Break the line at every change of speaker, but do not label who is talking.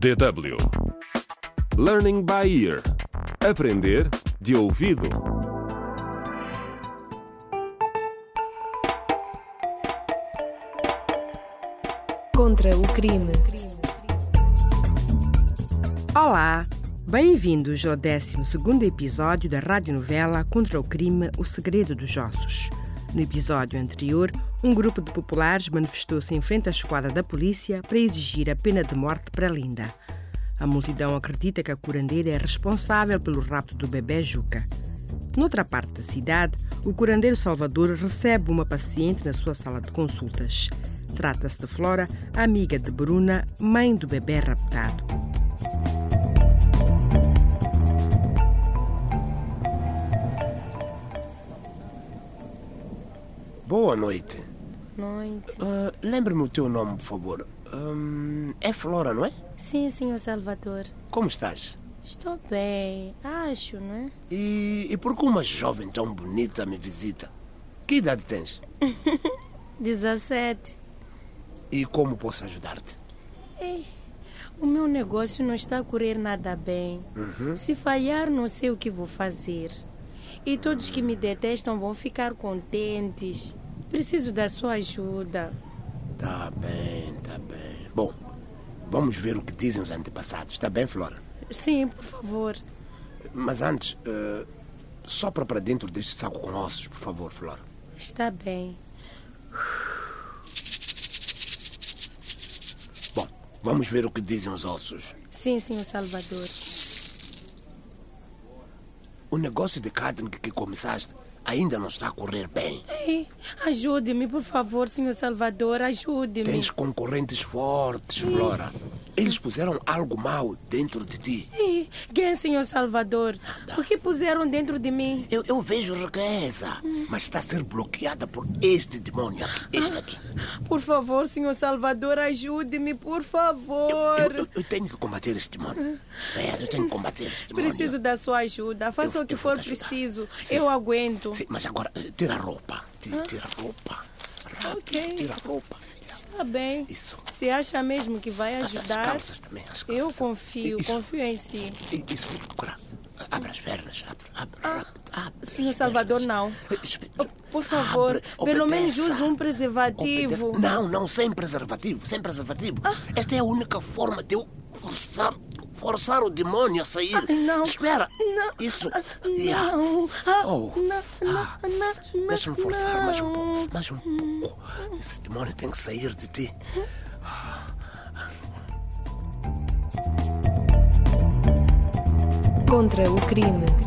DW Learning by Ear Aprender de ouvido
Contra o crime.
Olá! Bem-vindos ao 12 episódio da radionovela Contra o Crime O Segredo dos Ossos. No episódio anterior, um grupo de populares manifestou-se em frente à esquadra da polícia para exigir a pena de morte para Linda. A multidão acredita que a curandeira é responsável pelo rapto do bebê Juca. Noutra parte da cidade, o curandeiro Salvador recebe uma paciente na sua sala de consultas. Trata-se de Flora, amiga de Bruna, mãe do bebê raptado.
Boa noite.
Noite.
Ah, Lembra-me o teu nome, por favor. Hum, é Flora, não é?
Sim, senhor Salvador.
Como estás?
Estou bem, acho, né?
E, e por que uma jovem tão bonita me visita? Que idade tens?
17.
E como posso ajudar-te?
Ei, o meu negócio não está a correr nada bem. Se falhar, não sei o que vou fazer. E todos que me detestam vão ficar contentes. Preciso da sua ajuda.
Tá bem, tá bem. Bom, vamos ver o que dizem os antepassados. Tá bem, Flora?
Sim, por favor.
Mas antes, ah, sopra para dentro deste saco com ossos, por favor, Flora.
Está bem.
Bom, vamos ver o que dizem os ossos.
Sim, senhor Salvador.
O negócio de carne que começaste ainda não está a correr bem.
Ei, ajude-me, por favor, senhor Salvador, ajude-me.
Tens concorrentes fortes, Flora. Eles puseram algo mau dentro de ti.
Ei, quem, senhor Salvador? O que puseram dentro de mim?
Eu, eu vejo riqueza, mas está a ser bloqueada por este demônio aqui, este aqui.
Por favor, senhor Salvador, ajude-me, por
Eu, eu-
favor.
eu tenho que combater este demônio. Espera, eu tenho que combater este demônio.
Preciso da sua ajuda. Faça
Eu-
o que
eu vou
for
te ajudar.
preciso.
Sim.
Eu aguento.
Sim, mas agora, eh, tira a roupa. Ti- Tira a roupa. Rápido,
Ah? Ok.
tira a roupa, filha.
Tá bem.
Isso.
Se acha mesmo que vai
As
ajudar,
calças também, as calças.
eu confio,
Isso,
confio em si.
i- Isso, agora, abre as pernas, abre, abre, rápido, abre
Ah, Senhor
as
Salvador,
pernas.
não. Oh,
Eh, espe-
Por favor,
Abre,
pelo menos
obedeça.
use um
Obedeça.
preservativo.
Não, não, sem preservativo, sem preservativo.
Ah.
Esta é a única forma de eu forçar, forçar o demônio a sair.
Ah, não.
Espera.
Não.
Isso.
Ah,
Yeah.
Não. Ah,
Oh.
não, não, não,
Deixa-me forçar
não.
mais um pouco, mais um pouco. Esse demônio tem que sair de ti.
Contra o crime.